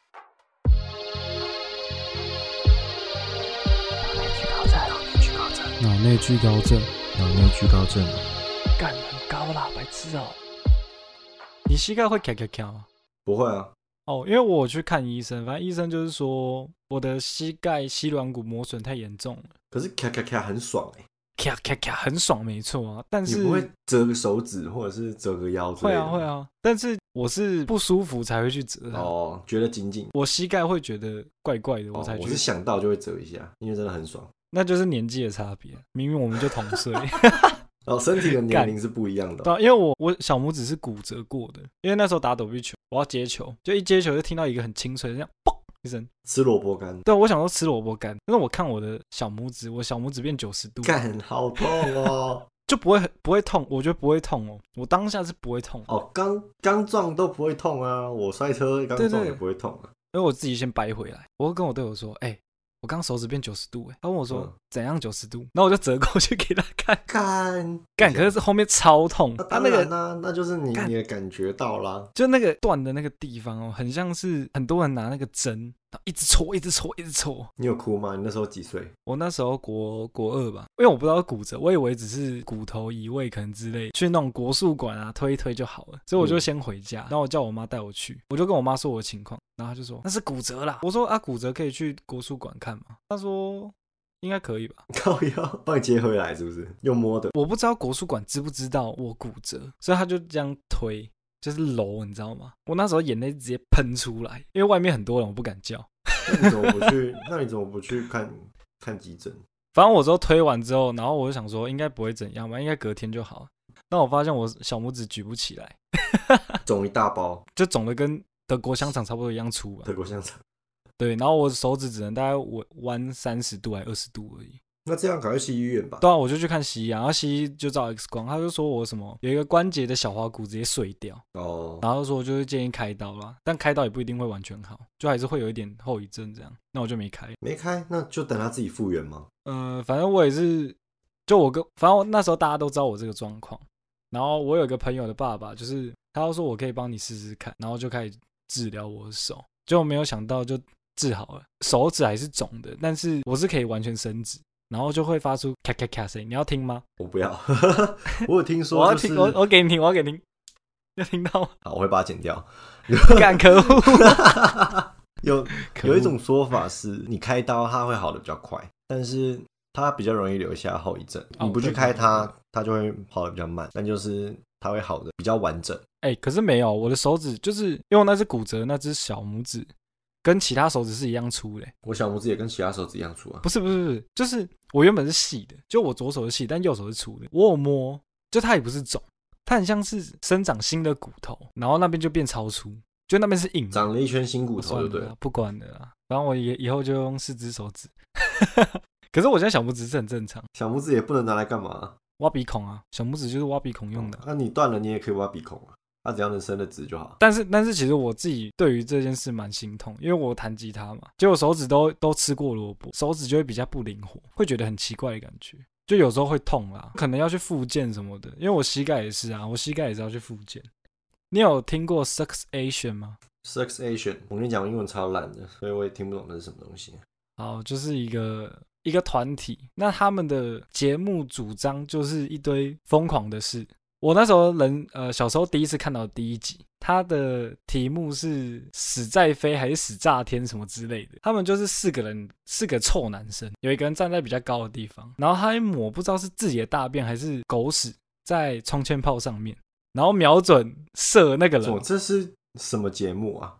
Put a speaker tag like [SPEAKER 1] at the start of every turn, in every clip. [SPEAKER 1] 啊
[SPEAKER 2] 脑内聚高症，
[SPEAKER 3] 脑内聚高症，
[SPEAKER 1] 干很高啦，白痴哦、你膝盖会咔咔咔吗？
[SPEAKER 4] 不会啊，
[SPEAKER 1] 哦，因为我有去看医生，反正医生就是说我的膝盖膝软骨磨损太严重了，
[SPEAKER 4] 可是咔咔咔很爽哎、
[SPEAKER 1] 咔咔咔很爽，没错啊，但
[SPEAKER 4] 你
[SPEAKER 1] 是
[SPEAKER 4] 不会折个手指或者是折个腰之类
[SPEAKER 1] 会
[SPEAKER 4] 的？
[SPEAKER 1] 啊会。啊，但是我是不舒服才会去折它，
[SPEAKER 4] 哦，觉得紧紧，
[SPEAKER 1] 我膝盖会觉得怪怪的，我才
[SPEAKER 4] 哦、
[SPEAKER 1] 去
[SPEAKER 4] 我是想到就会折一下，因为真的很爽。
[SPEAKER 1] 那就是年纪的差别。明明我们就同岁，
[SPEAKER 4] 哦，身体的年
[SPEAKER 1] 干
[SPEAKER 4] 龄是不一样的
[SPEAKER 1] 对
[SPEAKER 4] 哦、
[SPEAKER 1] 啊、因为我我小拇指是骨折过的，因为那时候打躲避球，我要接球，就一接球就听到一个很清脆的这样“嘣”一声。
[SPEAKER 4] 吃萝卜干，
[SPEAKER 1] 对啊，我想说吃萝卜干，但是我看我的小拇指，我小拇指变九十度，
[SPEAKER 4] 干好痛哦！
[SPEAKER 1] 就不会很不会痛，我觉得不会痛哦，我当下是不会痛，
[SPEAKER 4] 哦，刚刚撞都不会痛啊，我摔车刚
[SPEAKER 1] 对
[SPEAKER 4] 撞
[SPEAKER 1] 对
[SPEAKER 4] 也不会痛啊。
[SPEAKER 1] 因为我自己先掰回来，我会跟我队友说，哎、我刚手指变九十度、哎，他问我说、
[SPEAKER 4] 嗯
[SPEAKER 1] 怎样九十度，然后我就折过去给他 看，
[SPEAKER 4] 干
[SPEAKER 1] 干，可是后面超痛，
[SPEAKER 4] 那
[SPEAKER 1] 他
[SPEAKER 4] 当
[SPEAKER 1] 那个
[SPEAKER 4] 然啊啦、那就是你
[SPEAKER 1] 干
[SPEAKER 4] 你也感觉到啦。
[SPEAKER 1] 就那个断的那个地方哦，很像是很多人拿那个针，然后一直戳，一直戳，一直戳。
[SPEAKER 4] 你有哭吗？你那时候几岁？
[SPEAKER 1] 我那时候国国二吧，因为我不知道骨折，我以为只是骨头移位可能之类，去那种国术馆啊推一推就好了，所以我就先回家，然后我叫我妈带我去，我就跟我妈说我的情况，然后她就说那是骨折啦。我说啊，骨折可以去国术馆看吗？她说应该可以吧。
[SPEAKER 4] 靠腰帮你接回来是不是？又摸的，
[SPEAKER 1] 我不知道国术馆知不知道我骨折，所以他就这样推，就是揉，你知道吗？我那时候眼泪直接喷出来，因为外面很多人，我不敢叫。
[SPEAKER 4] 那你怎么不 去？那你怎么不去看看急诊？
[SPEAKER 1] 反正我之后推完之后，然后我就想说，应该不会怎样吧，应该隔天就好。但我发现我小拇指举不起来，
[SPEAKER 4] 肿一大包
[SPEAKER 1] 就肿的跟德国香肠差不多一样粗吧
[SPEAKER 4] 德。国香肠。
[SPEAKER 1] 对，然后我手指只能大概弯弯三十度还二十度而已。
[SPEAKER 4] 那这样赶快去医院吧。
[SPEAKER 1] 对啊，我就去看西医啊，然后西医就照 X 光，他就说我什么有一个关节的小滑骨直接碎掉。
[SPEAKER 4] 哦，
[SPEAKER 1] 然后说就是建议开刀啦，但开刀也不一定会完全好，就还是会有一点后遗症这样。那我就没开。
[SPEAKER 4] 没开，那就等他自己复原吗？
[SPEAKER 1] 呃，反正我也是，就我跟反正我那时候大家都知道我这个状况，然后我有一个朋友的爸爸，就是他就说我可以帮你试试看，然后就开始治疗我的手，就没有想到就治好了，手指还是肿的，但是我是可以完全伸直。然后就会发出咔咔咔声音，你要听吗？
[SPEAKER 4] 我 不要， 我有听
[SPEAKER 1] 我
[SPEAKER 4] 说、
[SPEAKER 1] 要
[SPEAKER 4] 就是，
[SPEAKER 1] 听，我我给你听，我要给你听，要听到吗？
[SPEAKER 4] 好，我会把它剪掉。
[SPEAKER 1] 干可恶！
[SPEAKER 4] 有
[SPEAKER 1] 可
[SPEAKER 4] 有一
[SPEAKER 1] 恶
[SPEAKER 4] 种说法是，你开刀它会好的比较快，但是它比较容易留下后遗症。
[SPEAKER 1] 哦
[SPEAKER 4] 你不去
[SPEAKER 1] 对
[SPEAKER 4] 开
[SPEAKER 1] 对对
[SPEAKER 4] 它
[SPEAKER 1] 对，
[SPEAKER 4] 它就会好的比较慢，但就是它会好的比较完整。
[SPEAKER 1] 哎、可是没有，我的手指就是因为我那只骨折那只小拇指，跟其他手指是一样粗的、
[SPEAKER 4] 我小拇指也跟其他手指一样粗啊
[SPEAKER 1] 不，是不是不是，就是我原本是细的，就我左手是细，但右手是粗的。我有摸，就它也不是肿，它很像是生长新的骨头，然后那边就变超粗，就那边是硬的。
[SPEAKER 4] 长了一圈新骨
[SPEAKER 1] 我
[SPEAKER 4] 头
[SPEAKER 1] 算
[SPEAKER 4] 就
[SPEAKER 1] 了
[SPEAKER 4] 对
[SPEAKER 1] 啦
[SPEAKER 4] 了。
[SPEAKER 1] 不管了啦，然后我以以后就用四只手指。 可是我现在小拇指是很正常，
[SPEAKER 4] 小拇指也不能拿来干嘛？
[SPEAKER 1] 挖鼻孔啊，小拇指就是挖鼻孔用的啊、
[SPEAKER 4] 那、你断了，你也可以挖鼻孔啊，它只要能伸得直就好。
[SPEAKER 1] 但是但是其实我自己对于这件事蛮心痛，因为我弹吉他嘛，结果手指都都吃过萝卜，手指就会比较不灵活，会觉得很奇怪的感觉，就有时候会痛啦，可能要去复健什么的，因为我膝盖也是啊，我膝盖也是要去复健。你有听过 suxation 吗？
[SPEAKER 4] Sex Asian，我跟你讲，我英文超烂的，所以我也听不懂那是什么东西。
[SPEAKER 1] 好，哦就是一个一个团体，那他们的节目主张就是一堆疯狂的事。我那时候人呃小时候第一次看到第一集，它的题目是“死在飞”还是“死炸天”什么之类的。他们就是四个人，四个臭男生，有一个人站在比较高的地方，然后他还抹不知道是自己的大便还是狗屎在冲天炮上面，然后瞄准射那个
[SPEAKER 4] 我
[SPEAKER 1] 人。哦
[SPEAKER 4] 这是什么节目啊？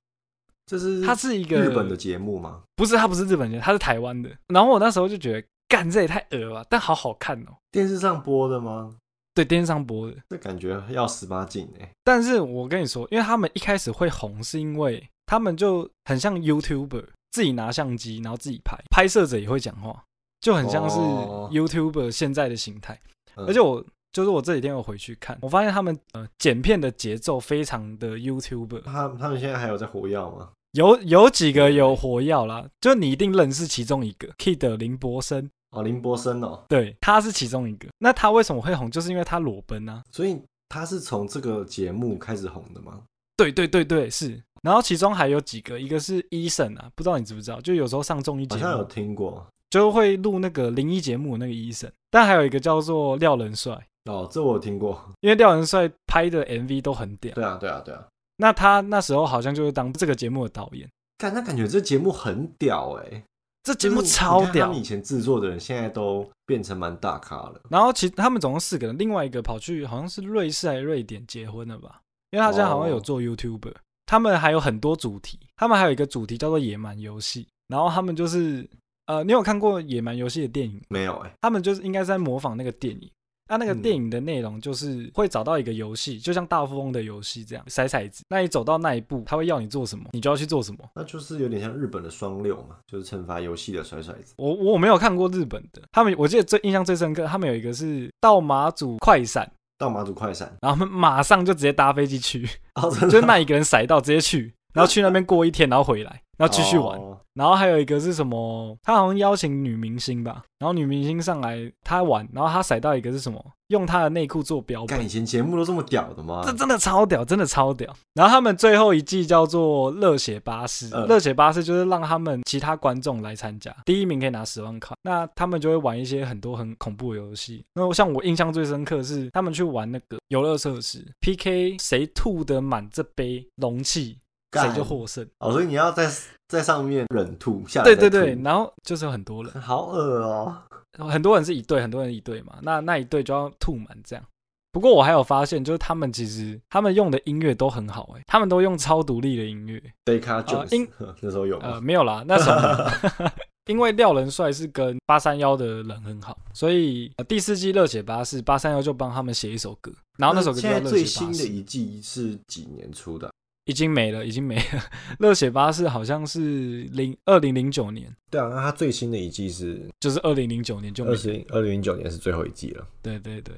[SPEAKER 4] 这是
[SPEAKER 1] 他是一个
[SPEAKER 4] 日本的节目吗？
[SPEAKER 1] 不是他不是日本人，他是台湾的。然后我那时候就觉得，干这也太恶了吧，但好好看哦。
[SPEAKER 4] 电视上播的吗？
[SPEAKER 1] 对，电视上播的。
[SPEAKER 4] 这感觉要十八禁哎、
[SPEAKER 1] 但是我跟你说，因为他们一开始会红，是因为他们就很像 YouTuber，自己拿相机，然后自己拍，拍摄者也会讲话，就很像是
[SPEAKER 4] 哦
[SPEAKER 1] YouTuber 现在的形态。
[SPEAKER 4] 嗯
[SPEAKER 1] 而且我就是我这几天有回去看，我发现他们呃剪片的节奏非常的 YouTuber，
[SPEAKER 4] 嗯他他们现在还有在火药吗？
[SPEAKER 1] 有有几个有火药啦，就你一定认识其中一个 Kid 林柏森，
[SPEAKER 4] 哦，林柏森哦，
[SPEAKER 1] 对，他是其中一个。那他为什么会红，就是因为他裸奔啊。
[SPEAKER 4] 所以他是从这个节目开始红的吗？
[SPEAKER 1] 对对对对，是。然后其中还有几个，一个是医生啊，不知道你知不知道，就有时候上综艺节
[SPEAKER 4] 好像有
[SPEAKER 1] 目
[SPEAKER 4] 听过，
[SPEAKER 1] 就会录那个灵异节目的那个医生，但还有一个叫做廖仁帅，
[SPEAKER 4] 哦，这我有听过。
[SPEAKER 1] 因为廖仁帅拍的 MV 都很屌。
[SPEAKER 4] 对啊，对啊，对啊。
[SPEAKER 1] 那他那时候好像就是当这个节目的导演，
[SPEAKER 4] 看，那感觉这节目很屌哎、欸，
[SPEAKER 1] 这
[SPEAKER 4] 就
[SPEAKER 1] 节
[SPEAKER 4] 是
[SPEAKER 1] 目
[SPEAKER 4] 你
[SPEAKER 1] 超
[SPEAKER 4] 看他
[SPEAKER 1] 屌
[SPEAKER 4] 们。以前制作的人现在都变成蛮大咖了。
[SPEAKER 1] 然后其实他们总共四个人，另外一个跑去好像是瑞士还是瑞典结婚了吧？因为他现在好像有做 YouTuber，、他们还有很多主题，他们还有一个主题叫做野蛮游戏。然后他们就是呃，你有看过野蛮游戏的电影吗？
[SPEAKER 4] 没有哎、
[SPEAKER 1] 他们就是应该是在模仿那个电影。那、那个
[SPEAKER 4] 嗯
[SPEAKER 1] 电影的内容就是会找到一个游戏，就像大富翁的游戏这样骰骰子。那你走到那一步，他会要你做什么，你就要去做什么。
[SPEAKER 4] 那就是有点像日本的双六嘛，就是惩罚游戏的甩甩子。
[SPEAKER 1] 我我没有看过日本的，他们我记得最印象最深刻，他们有一个是到马祖快闪，
[SPEAKER 4] 到马祖快闪，
[SPEAKER 1] 然后他们马上就直接搭飞机去，
[SPEAKER 4] 哦，真
[SPEAKER 1] 就是
[SPEAKER 4] 的
[SPEAKER 1] 那一个人骰到直接去，然后去那边过一天，然后回来，然后继续玩。
[SPEAKER 4] 哦
[SPEAKER 1] 然后还有一个是什么？他好像邀请女明星吧，然后女明星上来他玩，然后他骰到一个是什么？用他的内裤做标
[SPEAKER 4] 干、
[SPEAKER 1] 本
[SPEAKER 4] 以。前节目都这么屌的吗
[SPEAKER 1] 这？真的超屌，真的超屌。然后他们最后一季叫做《热血巴士》，
[SPEAKER 4] 嗯
[SPEAKER 1] 热血巴士》就是让他们其他观众来参加，第一名可以拿十万块。那他们就会玩一些很多很恐怖的游戏。那像我印象最深刻是他们去玩那个游乐设施 PK，谁吐的满这杯容器，
[SPEAKER 4] 干
[SPEAKER 1] 谁就获胜。
[SPEAKER 4] 哦，所以你要在在上面忍吐，下来
[SPEAKER 1] 对对
[SPEAKER 4] 再
[SPEAKER 1] 对，
[SPEAKER 4] 啊吐
[SPEAKER 1] 然后就是有很多人，
[SPEAKER 4] 好恶哦、
[SPEAKER 1] 很多人是一队，很多人一队嘛，那那一队就要吐满这样。不过我还有发现，就是他们其实他们用的音乐都很好、欸，他们都用超独立的音乐，
[SPEAKER 4] d e c a
[SPEAKER 1] 呃啊因
[SPEAKER 4] Jones，、那时候有
[SPEAKER 1] 呃，
[SPEAKER 4] 吗？
[SPEAKER 1] 没有啦，那时候 因为廖仁帅是跟八三幺的人很好，所以、呃第四季《热血巴士》八三幺就帮他们写一首歌，然后那首歌
[SPEAKER 4] 现
[SPEAKER 1] 叫《
[SPEAKER 4] 在
[SPEAKER 1] 热
[SPEAKER 4] 最
[SPEAKER 1] 血
[SPEAKER 4] 新
[SPEAKER 1] 巴士
[SPEAKER 4] 的》，一季是几年出的啊？
[SPEAKER 1] 已经没了，已经没了。 《热血巴士》好像是零二零零九年，
[SPEAKER 4] 对啊，那它最新的一季是
[SPEAKER 1] 就是二零零九年就没
[SPEAKER 4] 二
[SPEAKER 1] 了。
[SPEAKER 4] 十二零零九年是最后一季了。
[SPEAKER 1] 对对对，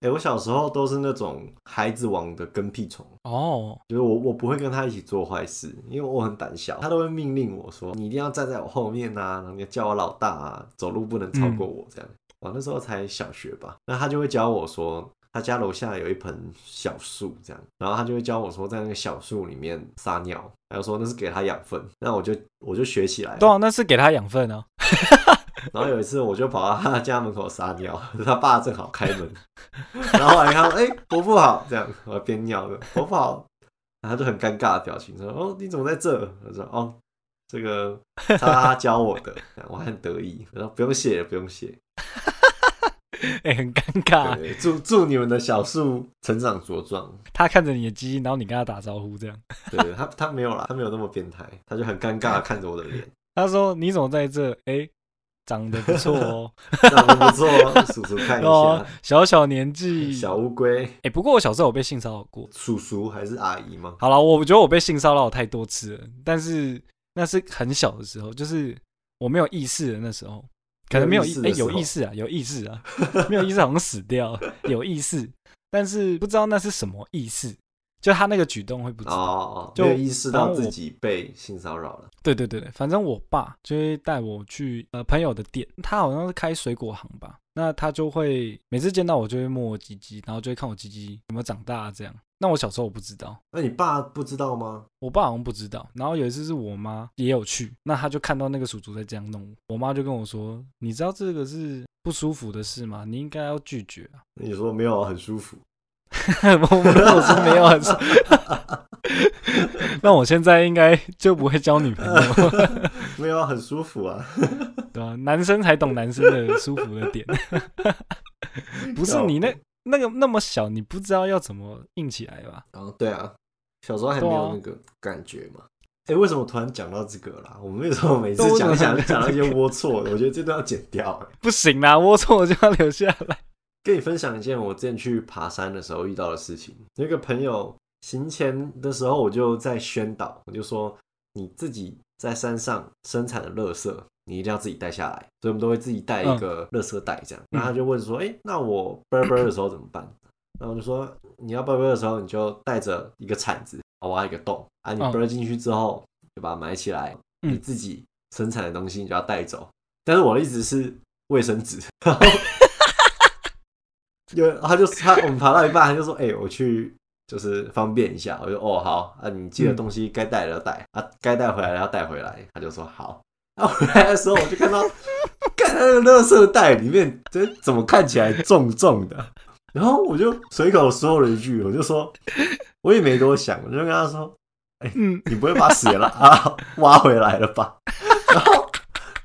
[SPEAKER 4] 哎、我小时候都是那种孩子王的跟屁虫，
[SPEAKER 1] 哦，
[SPEAKER 4] 就是我我不会跟他一起做坏事，因为我很胆小，他都会命令我说你一定要站在我后面啊，然后你要叫我老大啊，走路不能超过我这样。我那时候才小学吧，那他就会教我说。他家楼下有一盆小树，这样，然后他就会教我说，在那个小树里面撒尿，还有说那是给它养分，那我就我就学起来了。
[SPEAKER 1] 对啊，那是给他养分啊。
[SPEAKER 4] 然后有一次我就跑到他家门口撒尿， 他爸正好开门， 然后后来看到哎、伯父好这样，我边尿的伯父好，然后他就很尴尬的表情说哦你怎么在这？我说哦这个他他教我的，这样我还很得意，我说不用谢不用谢，
[SPEAKER 1] 哎、很尴尬。
[SPEAKER 4] 对祝祝你们的小树成长茁壮。
[SPEAKER 1] 他看着你的鸡，然后你跟他打招呼，这样。
[SPEAKER 4] 对他他没有啦，他没有那么变态，他就很尴尬的看着我的脸，
[SPEAKER 1] 他说：“你怎么在这？哎、长得不错哦，
[SPEAKER 4] 长得不错哦，叔叔 看一
[SPEAKER 1] 哦
[SPEAKER 4] 下，，
[SPEAKER 1] 小小年纪。
[SPEAKER 4] 小乌龟
[SPEAKER 1] 哎、不过我小时候有被性骚扰过。
[SPEAKER 4] 叔叔还是阿姨吗？
[SPEAKER 1] 好了，我觉得我被性骚扰太多次了，但是那是很小的时候，就是我没有意识的那时候，可能没有
[SPEAKER 4] 没有意
[SPEAKER 1] 意
[SPEAKER 4] 识
[SPEAKER 1] 哎、
[SPEAKER 4] 的时候
[SPEAKER 1] 有意识啊，有意识啊，没有意识好像死掉了，有意识，但是不知道那是什么意识，就他那个举动会不知
[SPEAKER 4] 哦
[SPEAKER 1] 道。
[SPEAKER 4] 哦，
[SPEAKER 1] 就
[SPEAKER 4] 就意识
[SPEAKER 1] 当
[SPEAKER 4] 到
[SPEAKER 1] 我
[SPEAKER 4] 自己被性骚扰了。
[SPEAKER 1] 对对对对，反正我爸就会带我去呃朋友的店，他好像是开水果行吧，那他就会每次见到我就会摸我鸡鸡，然后就会看我鸡鸡有没有长大这样。那我小时候我不知道，
[SPEAKER 4] 那你爸不知道吗？
[SPEAKER 1] 我爸好像不知道。然后有一次是我妈也有去，那她就看到那个叔叔在这样弄我，我妈就跟我说：“你知道这个是不舒服的事吗？你应该要拒绝啊。
[SPEAKER 4] 那你说没有啊，很舒服。”
[SPEAKER 1] 我我说没有很， 那我现在应该就不会交女朋友。
[SPEAKER 4] 没有啊，很舒服啊。
[SPEAKER 1] 对啊，男生才懂男生的舒服的点， 不是你那那个那么小，你不知道要怎么硬起来吧？
[SPEAKER 4] 哦，对啊，小时候还没有那个感觉嘛。哎、为什么突然讲到这个啦？我们为什么每次讲一讲就讲到一些龌龊的？我觉得这段要剪掉、欸。
[SPEAKER 1] 不行啦，龌龊我就要留下来。
[SPEAKER 4] 跟你分享一件我之前去爬山的时候遇到的事情。有一个朋友行前的时候，我就在宣导，我就说你自己在山上生产的垃圾，你一定要自己带下来。所以我们都会自己带一个垃圾袋这样。那、他就问说：“哎、那我啵啵的时候怎么办？”然后我就说：“你要啵啵的时候，你就带着一个铲子挖一个洞啊，你
[SPEAKER 1] 嗯
[SPEAKER 4] 啵进去之后，就把它埋起来。
[SPEAKER 1] 嗯
[SPEAKER 4] 你自己生产的东西你就要带走。”但是我的意思是卫生纸。 有人他就他我们爬到一半，他就说：“哎、我去就是方便一下。”我就：“哦，好啊，你记得东西该带的要带、啊，该带回来的要带回来。”他就说：“好。”那、那回来的时候我就看到， 看那个垃圾袋里面，这怎么看起来重重的？然后我就随口说了一句，我就说，我也没多想，我就跟他说，
[SPEAKER 1] 嗯，
[SPEAKER 4] 你不会把屎也拉 啊挖回来了吧？ 然后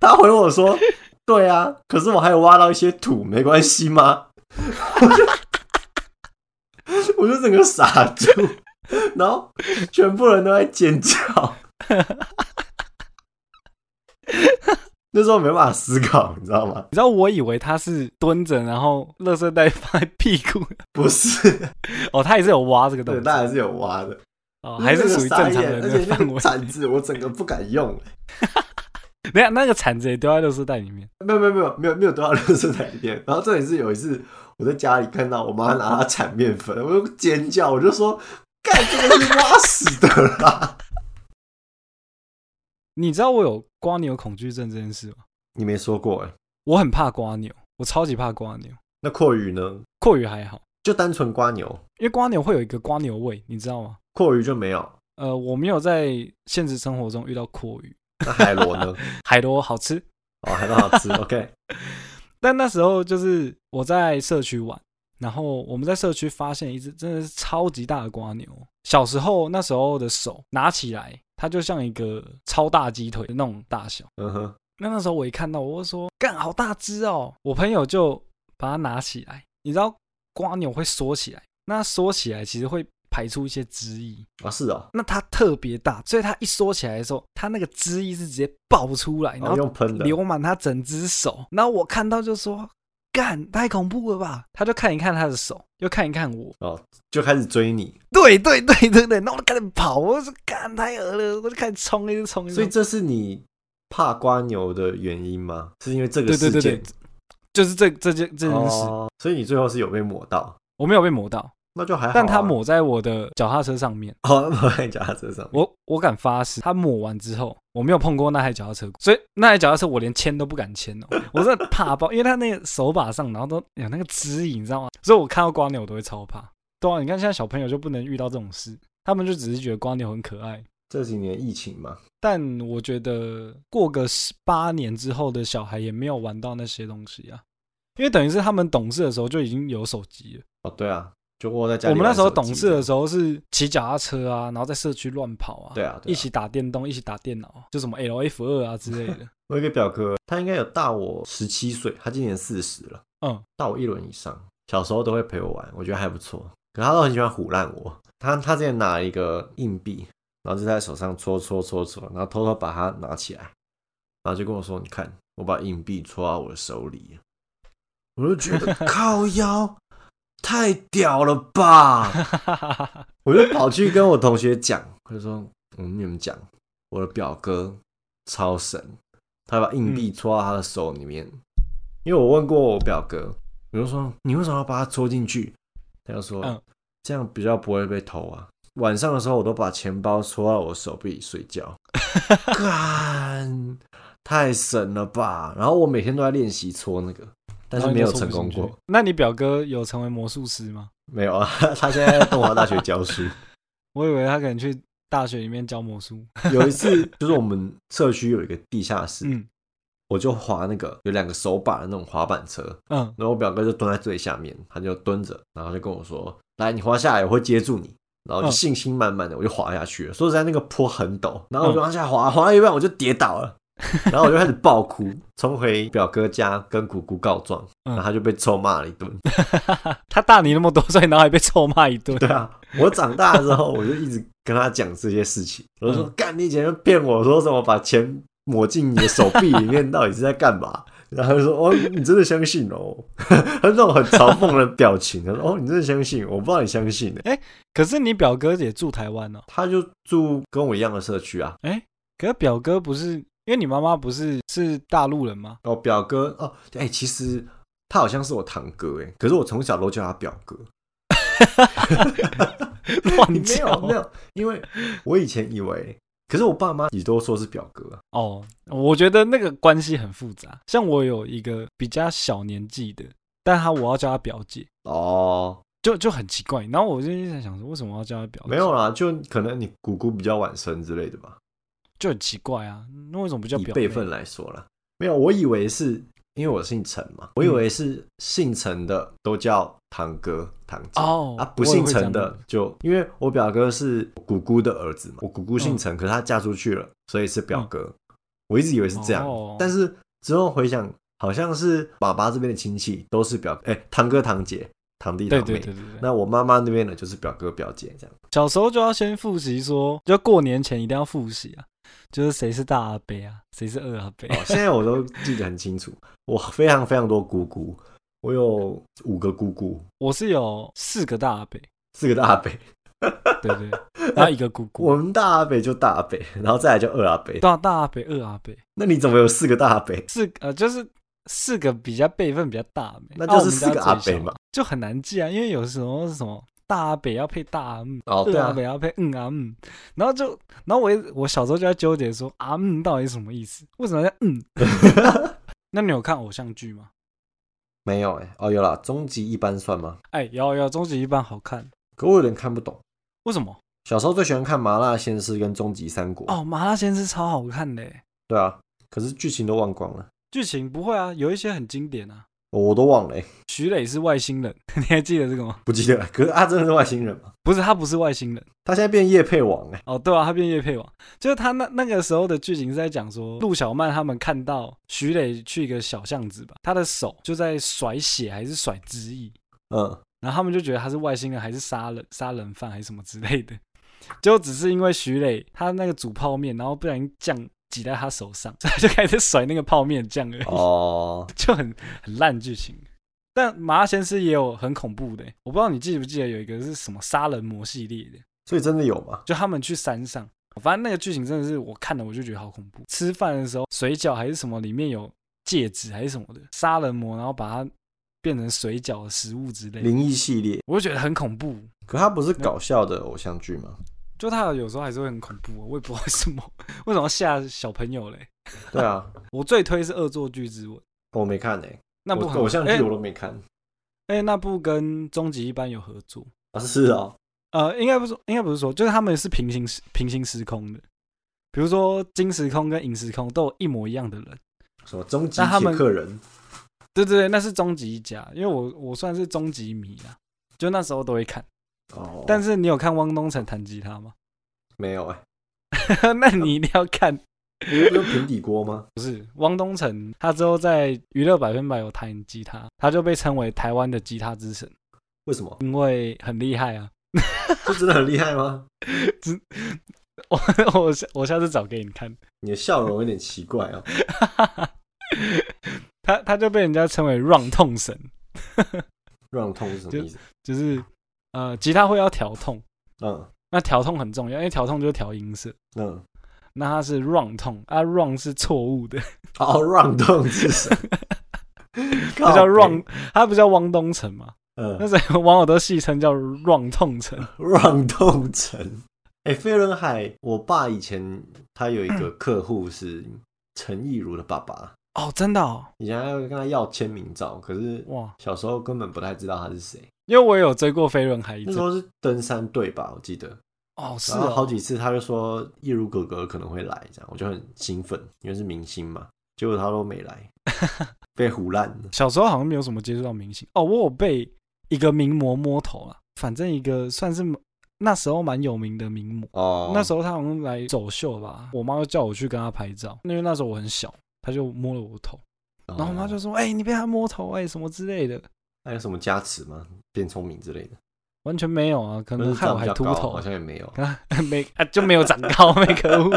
[SPEAKER 4] 他回我说，对啊，可是我还有挖到一些土，没关系吗？ 我就我就整个傻住，然后全部人都在尖叫。 那时候没办法思考，你知道吗？
[SPEAKER 1] 你知道我以为他是蹲着，然后垃圾袋放在屁股，
[SPEAKER 4] 不是，
[SPEAKER 1] 哦，他也是有挖这个
[SPEAKER 4] 对，
[SPEAKER 1] 动
[SPEAKER 4] 他
[SPEAKER 1] 作，
[SPEAKER 4] 还是有挖的，
[SPEAKER 1] 哦，还是属于正常的那
[SPEAKER 4] 那个傻眼而
[SPEAKER 1] 个
[SPEAKER 4] 且那
[SPEAKER 1] 范
[SPEAKER 4] 个
[SPEAKER 1] 围。
[SPEAKER 4] 铲子我整个不敢用，
[SPEAKER 1] 等一下那 个铲子也丢在垃圾袋里面，
[SPEAKER 4] 没有没有没有没有没有丢到垃圾袋里面。然后重点是有一次我在家里看到我妈拿她铲面粉，我就尖叫，我就说：“干，这个是挖死的啦
[SPEAKER 1] 你知道我有瓜牛恐惧症这件事吗？！”
[SPEAKER 4] 你没说过哎，
[SPEAKER 1] 我很怕瓜牛，我超级怕瓜牛，
[SPEAKER 4] 那阔鱼呢？
[SPEAKER 1] 阔鱼还好，
[SPEAKER 4] 就单纯瓜牛，
[SPEAKER 1] 因为瓜牛会有一个瓜牛味，你知道吗？
[SPEAKER 4] 阔鱼就没有。
[SPEAKER 1] 呃，我没有在现实生活中遇到阔鱼，
[SPEAKER 4] 那海螺呢？
[SPEAKER 1] 海螺好吃，
[SPEAKER 4] 哦，海螺好吃。OK，
[SPEAKER 1] 但那时候就是我在社区玩，然后我们在社区发现一只真的是超级大的瓜牛。小时候那时候的手拿起来，它就像一个超大鸡腿的那种大小。
[SPEAKER 4] 嗯哼，
[SPEAKER 1] 那那时候我一看到，我就说：“干，好大只哦！”我朋友就把它拿起来，你知道瓜牛会缩起来，那缩起来其实会排出一些汁液。
[SPEAKER 4] 啊是哦，
[SPEAKER 1] 那它特别大，所以它一缩起来的时候，它那个汁液是直接爆出来，然
[SPEAKER 4] 然后
[SPEAKER 1] 后
[SPEAKER 4] 用喷的，
[SPEAKER 1] 流满他整只手。然后我看到就说：“干，太恐怖了吧！”他就看一看他的手，又看一看我。
[SPEAKER 4] 就开始追你。
[SPEAKER 1] 对对对对对，那我就开始跑，我就说：“干，太恶了！”我就开始冲，一直冲，一直
[SPEAKER 4] 所以
[SPEAKER 1] 冲
[SPEAKER 4] 这是你怕瓜牛的原因吗？是因为这个
[SPEAKER 1] 对
[SPEAKER 4] 事
[SPEAKER 1] 对
[SPEAKER 4] 件？
[SPEAKER 1] 对对，就是这这件这件事，
[SPEAKER 4] 哦，所以你最后是有被抹到，
[SPEAKER 1] 我没有被磨到，
[SPEAKER 4] 那就还好啊、
[SPEAKER 1] 但他抹在我的脚踏车上面。
[SPEAKER 4] 哦，抹在你脚踏车上。
[SPEAKER 1] 我我敢发誓，他抹完之后，我没有碰过那台脚踏车，所以那台脚踏车我连牵都不敢牵哦，我真的怕爆，因为他那个手把上，然后都有那个指引，你知道吗？所以我看到瓜牛我都会超怕。对啊，你看现在小朋友就不能遇到这种事，他们就只是觉得瓜牛很可爱。
[SPEAKER 4] 这几年疫情嘛，
[SPEAKER 1] 但我觉得过个十八年之后的小孩也没有玩到那些东西啊，因为等于是他们懂事的时候就已经有手机了。
[SPEAKER 4] 哦，对啊，就窝在家
[SPEAKER 1] 我
[SPEAKER 4] 里。
[SPEAKER 1] 们那时候懂事
[SPEAKER 4] 事
[SPEAKER 1] 的时候是骑脚踏车啊，然后在社区乱跑啊，
[SPEAKER 4] 对啊，对啊
[SPEAKER 1] 一起打电动，一起打电脑，就什么 L F 二啊之类的。
[SPEAKER 4] 我有一个表哥，他应该有大我十七岁，他今年四十了，
[SPEAKER 1] 嗯，
[SPEAKER 4] 大我一轮以上。小时候都会陪我玩，我觉得还不错。可他都很喜欢唬烂我。他他之前拿了一个硬币，然后就在手上搓搓搓搓，然后偷偷把它拿起来，然后就跟我说：“你看，我把硬币戳到我的手里。”我就觉 得靠腰太屌了吧！我就跑去跟我同学讲，我就说：“我跟你们讲，我的表哥超神，他把硬币戳到他的手里面。因为我问过我表哥，我就说：“你为什么要把它戳进去？”他就说：“
[SPEAKER 1] 嗯
[SPEAKER 4] 这样比较不会被偷啊。”晚上的时候，我都把钱包戳到我手臂里睡觉，干，太神了吧！然后我每天都在练习戳那个， 但是没有成功过。。
[SPEAKER 1] 那你表哥有成为魔术师吗？
[SPEAKER 4] 没有啊，他现在在东华大学教书。
[SPEAKER 1] 我以为他可能去大学里面教魔术。
[SPEAKER 4] 有一次，就是我们社区有一个地下室，
[SPEAKER 1] 嗯
[SPEAKER 4] 我就滑那个有两个手把的那种滑板车，
[SPEAKER 1] 嗯，
[SPEAKER 4] 然后我表哥就蹲在最下面，他就蹲着，然后就跟我说：“来，你滑下来，我会接住你。”然后就
[SPEAKER 1] 嗯
[SPEAKER 4] 信心满满的，我就滑下去了。说实在，那个坡很陡，然后我就
[SPEAKER 1] 嗯
[SPEAKER 4] 往下滑，滑到一半我就跌倒 了，然后我就开始爆哭，冲回表哥家跟姑姑告状，
[SPEAKER 1] 嗯
[SPEAKER 4] 然后他就被臭骂了一顿。
[SPEAKER 1] 他大你那么多岁，然后还被臭骂一顿。
[SPEAKER 4] 对啊，我长大之后我就一直跟他讲这些事情，我就说：“干，你以前就骗我说什么把钱抹进你的手臂里面，到底是在干嘛？”然后他就说：“哦，你真的相信哦？” 他那种很嘲讽的表情，他说：“哦，你真的相信？我不知道你相信呢。
[SPEAKER 1] 可是你表哥也住台湾哦”，
[SPEAKER 4] 他就住跟我一样的社区啊。
[SPEAKER 1] 可是表哥不是，因为你妈妈不是是大陆人 吗？
[SPEAKER 4] 哦，表哥哦，哎、其实他好像是我堂哥哎，可是我从小都叫他表哥。
[SPEAKER 1] 乱
[SPEAKER 4] 没有没
[SPEAKER 1] 叫
[SPEAKER 4] 有，因为我以前以为，可是我爸妈也都说是表哥啊、
[SPEAKER 1] 哦。我觉得那个关系很复杂。像我有一个比较小年纪的，但他我要叫他表姐。
[SPEAKER 4] 哦，
[SPEAKER 1] 就就很奇怪。然
[SPEAKER 4] 啊
[SPEAKER 1] 后我就一直在想说，为什么我要叫他表姐？
[SPEAKER 4] 没有啦，就可能你姑姑比较晚生之类的吧。
[SPEAKER 1] 就很奇怪啊，那为什么不叫
[SPEAKER 4] 以
[SPEAKER 1] 表妹？
[SPEAKER 4] 辈分来说啦，没有，我以为是因为我姓陈
[SPEAKER 1] 嗯
[SPEAKER 4] 嘛，我以为是姓陈的都叫堂哥、堂姐。
[SPEAKER 1] 哦
[SPEAKER 4] 啊，不
[SPEAKER 1] 我也
[SPEAKER 4] 姓
[SPEAKER 1] 会
[SPEAKER 4] 陈
[SPEAKER 1] 这样
[SPEAKER 4] 的
[SPEAKER 1] 认为
[SPEAKER 4] 就因为我表哥是我姑姑的儿子嘛，我姑姑姓
[SPEAKER 1] 嗯
[SPEAKER 4] 陈，可是她嫁出去了，所以是表哥。我一直以为是这样，
[SPEAKER 1] 哦
[SPEAKER 4] 但是之后回想，好像是爸爸这边的亲戚都是表，哎、堂哥、堂姐、堂弟、堂
[SPEAKER 1] 对
[SPEAKER 4] 妹。
[SPEAKER 1] 对对对对。
[SPEAKER 4] 那我妈妈那边呢，就是表哥、表姐这样。
[SPEAKER 1] 小时候就要先复习说，就过年前一定要复习啊，就是谁是大阿伯啊，谁是二阿伯。
[SPEAKER 4] 哦，现在我都记得很清楚，我非常非常多姑姑，我有五个姑姑，
[SPEAKER 1] 我是有四个大阿伯，
[SPEAKER 4] 四个大阿伯，
[SPEAKER 1] 对 对，然后一个姑姑，
[SPEAKER 4] 我们大阿伯就大阿伯，然后再来就二阿伯。
[SPEAKER 1] 大大阿伯、二阿伯，
[SPEAKER 4] 那你怎么有四个大阿伯？
[SPEAKER 1] 四呃就是四个比较辈分比较大的，
[SPEAKER 4] 那
[SPEAKER 1] 啊我
[SPEAKER 4] 就是
[SPEAKER 1] 们
[SPEAKER 4] 四个
[SPEAKER 1] 家最
[SPEAKER 4] 阿伯
[SPEAKER 1] 小
[SPEAKER 4] 嘛，
[SPEAKER 1] 就很难记啊，因为有时候是什么大阿北要配大阿姆，
[SPEAKER 4] 哦，对
[SPEAKER 1] 二阿
[SPEAKER 4] 啊
[SPEAKER 1] 北，要配嗯阿姆，然后就然后我一我小时候就在纠结说阿姆到底是什么意思，为什么要嗯？ 那你有看偶像剧吗？
[SPEAKER 4] 没有哎、哦有啦，终极一班算吗？
[SPEAKER 1] 哎，有有，终极一班好看，
[SPEAKER 4] 可我有点看不懂。
[SPEAKER 1] 为什么？
[SPEAKER 4] 小时候最喜欢看《麻辣鲜师》跟《终极三国》
[SPEAKER 1] 哦，麻辣鲜师超好看的欸，
[SPEAKER 4] 对啊，可是剧情都忘光了，
[SPEAKER 1] 剧情不会啊，有一些很经典啊。
[SPEAKER 4] 我都忘了、欸，
[SPEAKER 1] 徐磊是外星人， 你还记得这个吗？
[SPEAKER 4] 不记得了。可是他啊真的是外星人吗？
[SPEAKER 1] 不是，他不是外星人。
[SPEAKER 4] 他现在变叶配王哎、
[SPEAKER 1] 哦，对啊，他变叶配王，就是他那那个时候的剧情是在讲说，陆小曼他们看到徐磊去一个小巷子吧，他的手就在甩血还是甩汁液，
[SPEAKER 4] 嗯，
[SPEAKER 1] 然后他们就觉得他是外星人还是杀人杀人犯还是什么之类的，结果只是因为徐磊他那个煮泡面，然后不小心酱挤在他手上，所以他就开始甩那个泡面酱而已，
[SPEAKER 4] 哦，
[SPEAKER 1] 就很很烂剧情。但《麻辣鲜师》也有很恐怖的，欸我不知道你记不记得有一个是什么杀人魔系列的。
[SPEAKER 4] 所以真的有吗？
[SPEAKER 1] 就他们去山上，反正那个剧情真的是我看了我就觉得好恐怖。吃饭的时候，水饺还是什么里面有戒指还是什么的，杀人魔，然后把它变成水饺的食物之类的，
[SPEAKER 4] 灵异系列，
[SPEAKER 1] 我就觉得很恐怖。
[SPEAKER 4] 可他不是搞笑的偶像剧吗？
[SPEAKER 1] 就他有时候还是会很恐怖，我也不知道为什么， 为什么要吓小朋友嘞？
[SPEAKER 4] 对啊，
[SPEAKER 1] 我最推是《恶作剧之吻》，
[SPEAKER 4] 我没看哎、
[SPEAKER 1] 那部
[SPEAKER 4] 我
[SPEAKER 1] 很
[SPEAKER 4] 偶像
[SPEAKER 1] 哎
[SPEAKER 4] 剧我都没看、
[SPEAKER 1] 哎、那部跟《终极一班》有合作，
[SPEAKER 4] 啊，是哦，
[SPEAKER 1] 呃，应该不是，应该不是说，就是他们是平行时平行时空的，比如说金时空跟银时空都有一模一样的人。
[SPEAKER 4] 什么终极
[SPEAKER 1] 那他
[SPEAKER 4] 铁
[SPEAKER 1] 们
[SPEAKER 4] 客人
[SPEAKER 1] 对对对，那是终极一家，因为我我算是终极迷啦，就那时候都会看。
[SPEAKER 4] 哦，
[SPEAKER 1] 但是你有看汪东城弹吉他吗？
[SPEAKER 4] 没有哎、
[SPEAKER 1] 那你一定要看。
[SPEAKER 4] 不是平底锅吗？
[SPEAKER 1] 不是汪东城，他之后在娱乐百分百有弹吉他，他就被称为台湾的吉他之神，
[SPEAKER 4] 为什么？
[SPEAKER 1] 因为很厉害啊。
[SPEAKER 4] 这真的很厉害吗？
[SPEAKER 1] 我我下我下次找给你看。
[SPEAKER 4] 你的笑容有点奇怪哦。
[SPEAKER 1] 他他就被人家称为 run 痛神，
[SPEAKER 4] 让痛是什么意思？
[SPEAKER 1] 就是呃吉他会要调痛，
[SPEAKER 4] 嗯
[SPEAKER 1] 那调痛很重要，因为调痛就是调音色。
[SPEAKER 4] 嗯，
[SPEAKER 1] 那他是 run 痛，啊 run 是错误的，
[SPEAKER 4] 哦，让痛是什么？
[SPEAKER 1] 他
[SPEAKER 4] 他
[SPEAKER 1] 叫 run，他不叫汪东城嘛？那
[SPEAKER 4] 嗯，
[SPEAKER 1] 时候网友都戏称叫“乱痛城
[SPEAKER 4] 让痛城。哎、飞轮海，我爸以前他有一个客户是陈亦儒的爸爸，”。
[SPEAKER 1] 哦，真的哦，
[SPEAKER 4] 以前还要跟他要签名照，可是
[SPEAKER 1] 哇！
[SPEAKER 4] 小时候根本不太知道他是谁。
[SPEAKER 1] 因为我也有追过飞轮海一
[SPEAKER 4] 那
[SPEAKER 1] 阵
[SPEAKER 4] 时，候是登山队吧，我记得。
[SPEAKER 1] 哦，是
[SPEAKER 4] 然后
[SPEAKER 1] 哦，
[SPEAKER 4] 好几次他就说易如哥哥可能会来，这样我就很兴奋，因为是明星嘛。结果他都 没来，被胡烂了。
[SPEAKER 1] 小时候好像没有什么接触到明星哦，我有被一个名模摸头啊，反正一个算是那时候蛮有名的名模，
[SPEAKER 4] 哦，
[SPEAKER 1] 那时候他好像来走秀吧，我妈就叫我去跟她拍照，因为那时候我很小，她就摸了我头，
[SPEAKER 4] 候
[SPEAKER 1] 然后我妈就说：“哎、你被她摸头哎、什么之类的。”
[SPEAKER 4] 还有什么加持吗？变聪明之类的，
[SPEAKER 1] 完全没有啊，可
[SPEAKER 4] 但
[SPEAKER 1] 能
[SPEAKER 4] 是
[SPEAKER 1] 害我
[SPEAKER 4] 长比
[SPEAKER 1] 还
[SPEAKER 4] 较
[SPEAKER 1] 秃
[SPEAKER 4] 高
[SPEAKER 1] 头
[SPEAKER 4] 好，像也没有。
[SPEAKER 1] 没啊就没有长高， 没可恶。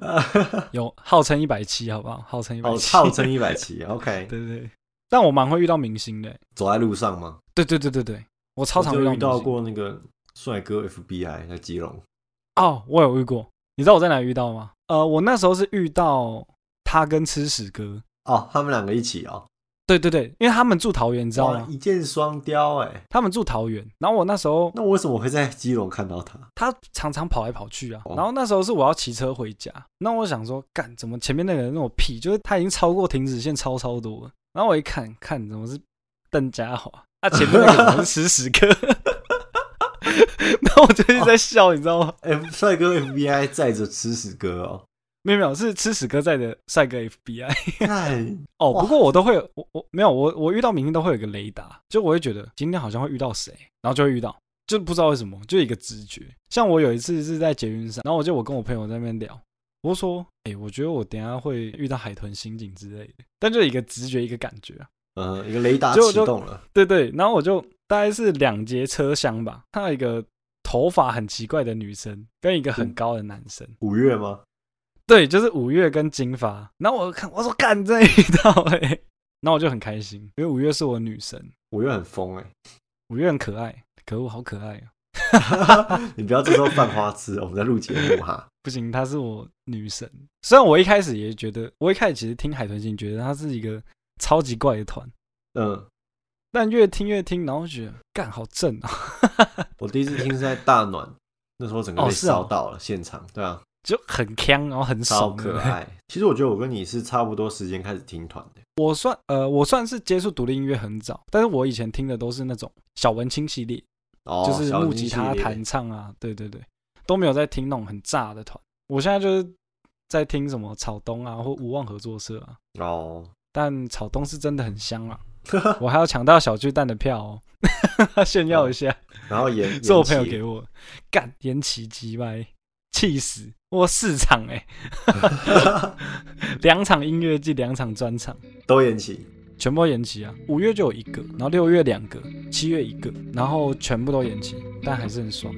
[SPEAKER 4] 哦，
[SPEAKER 1] 有号称一百七，好不好？号称一 百七，
[SPEAKER 4] 号称一百七，OK，
[SPEAKER 1] 对对对。但我蛮会遇到明星的欸，
[SPEAKER 4] 走在路上吗？
[SPEAKER 1] 对对对对对，我超常
[SPEAKER 4] 我就
[SPEAKER 1] 遇
[SPEAKER 4] 遇到
[SPEAKER 1] 到明星
[SPEAKER 4] 过那个帅哥 FBI 在基隆，
[SPEAKER 1] 哦，我有遇过。你知道我在哪遇到吗？呃，我那时候是遇到他跟吃屎哥，
[SPEAKER 4] 哦，他们两个一起哦，
[SPEAKER 1] 对对对，因为他们住桃园，你知道
[SPEAKER 4] 哇
[SPEAKER 1] 吗？
[SPEAKER 4] 一箭双雕哎。
[SPEAKER 1] 他们住桃园，然后我那时候
[SPEAKER 4] 那我为什么会在基隆看到他？
[SPEAKER 1] 他常常跑来跑去啊，
[SPEAKER 4] 哦
[SPEAKER 1] 然后那时候是我要骑车回家，那我想说，干怎么前面那个人那么屁，就是他已经超过停止线超超多了，然后我一 看看怎么是邓家华，啊前面那个怎么是吃屎哥？那我就一直在笑，你知道吗？
[SPEAKER 4] F 帅哥 FBI 载着吃屎哥哦，
[SPEAKER 1] 没有没有，是吃屎哥在的帅哥 FBI
[SPEAKER 4] 看
[SPEAKER 1] 哦。
[SPEAKER 4] 哇
[SPEAKER 1] 不过我都会，我我没有我我遇到明星都会有一个雷达，就我会觉得今天好像会遇到谁，然后就会遇到，就不知道为什么，就一个直觉。像我有一次是在捷运上，然后我就我跟我朋友在那边聊，我就说，哎、我觉得我等一下会遇到海豚刑警之类的，但就一个直觉一个感觉啊。
[SPEAKER 4] 呃，一个雷达
[SPEAKER 1] 就
[SPEAKER 4] 启动了，
[SPEAKER 1] 对对，然后我就大概是两节车厢吧，看到一个头发很奇怪的女生跟一个很高的男生，
[SPEAKER 4] 五月吗？
[SPEAKER 1] 对，就是五月跟金发。然后我看，我说干，真的遇到哎、欸，然后我就很开心，因为五月是我女神，
[SPEAKER 4] 五月很疯哎、
[SPEAKER 1] 五月很可爱，可恶，好可爱啊！
[SPEAKER 4] 你不要这时候犯花痴，我们在录节目哈。
[SPEAKER 1] 不行，她是我女神。虽然我一开始也觉得，我一开始其实听海豚星觉得她是一个超级怪的团，
[SPEAKER 4] 嗯，
[SPEAKER 1] 但越听越听，然后觉得干好正啊，
[SPEAKER 4] 我第一次听是在大暖，那时候整个
[SPEAKER 1] 哦
[SPEAKER 4] 被
[SPEAKER 1] 是哦
[SPEAKER 4] 烧到了、现场，对啊，
[SPEAKER 1] 就很强，然后很
[SPEAKER 4] 超
[SPEAKER 1] 爽，欸对
[SPEAKER 4] 可
[SPEAKER 1] 不对
[SPEAKER 4] 爱。其实我觉得我跟你是差不多时间开始听团的，
[SPEAKER 1] 我算呃，我算是接触独立音乐很早，但是我以前听的都是那种小文青系列，
[SPEAKER 4] 哦，
[SPEAKER 1] 就是
[SPEAKER 4] 小
[SPEAKER 1] 木
[SPEAKER 4] 林
[SPEAKER 1] 吉
[SPEAKER 4] 系
[SPEAKER 1] 他、
[SPEAKER 4] 列
[SPEAKER 1] 弹唱啊，对对对，都没有在听那种很炸的团。我现在就是在听什么草东啊，或无望合作社啊，
[SPEAKER 4] 哦，
[SPEAKER 1] 但草东是真的很香 啊，我还要抢到小巨蛋的票哦， 炫耀一下，
[SPEAKER 4] 然后也
[SPEAKER 1] 是我朋友给
[SPEAKER 4] 我，
[SPEAKER 1] 我，干延期鸡掰，气死我四场 哎、两场音乐季，两场专场。
[SPEAKER 4] 都延期，
[SPEAKER 1] 全部都延期啊，五月就有一个，然后六月两个，七月一个，然后全部都延期，但还是很爽。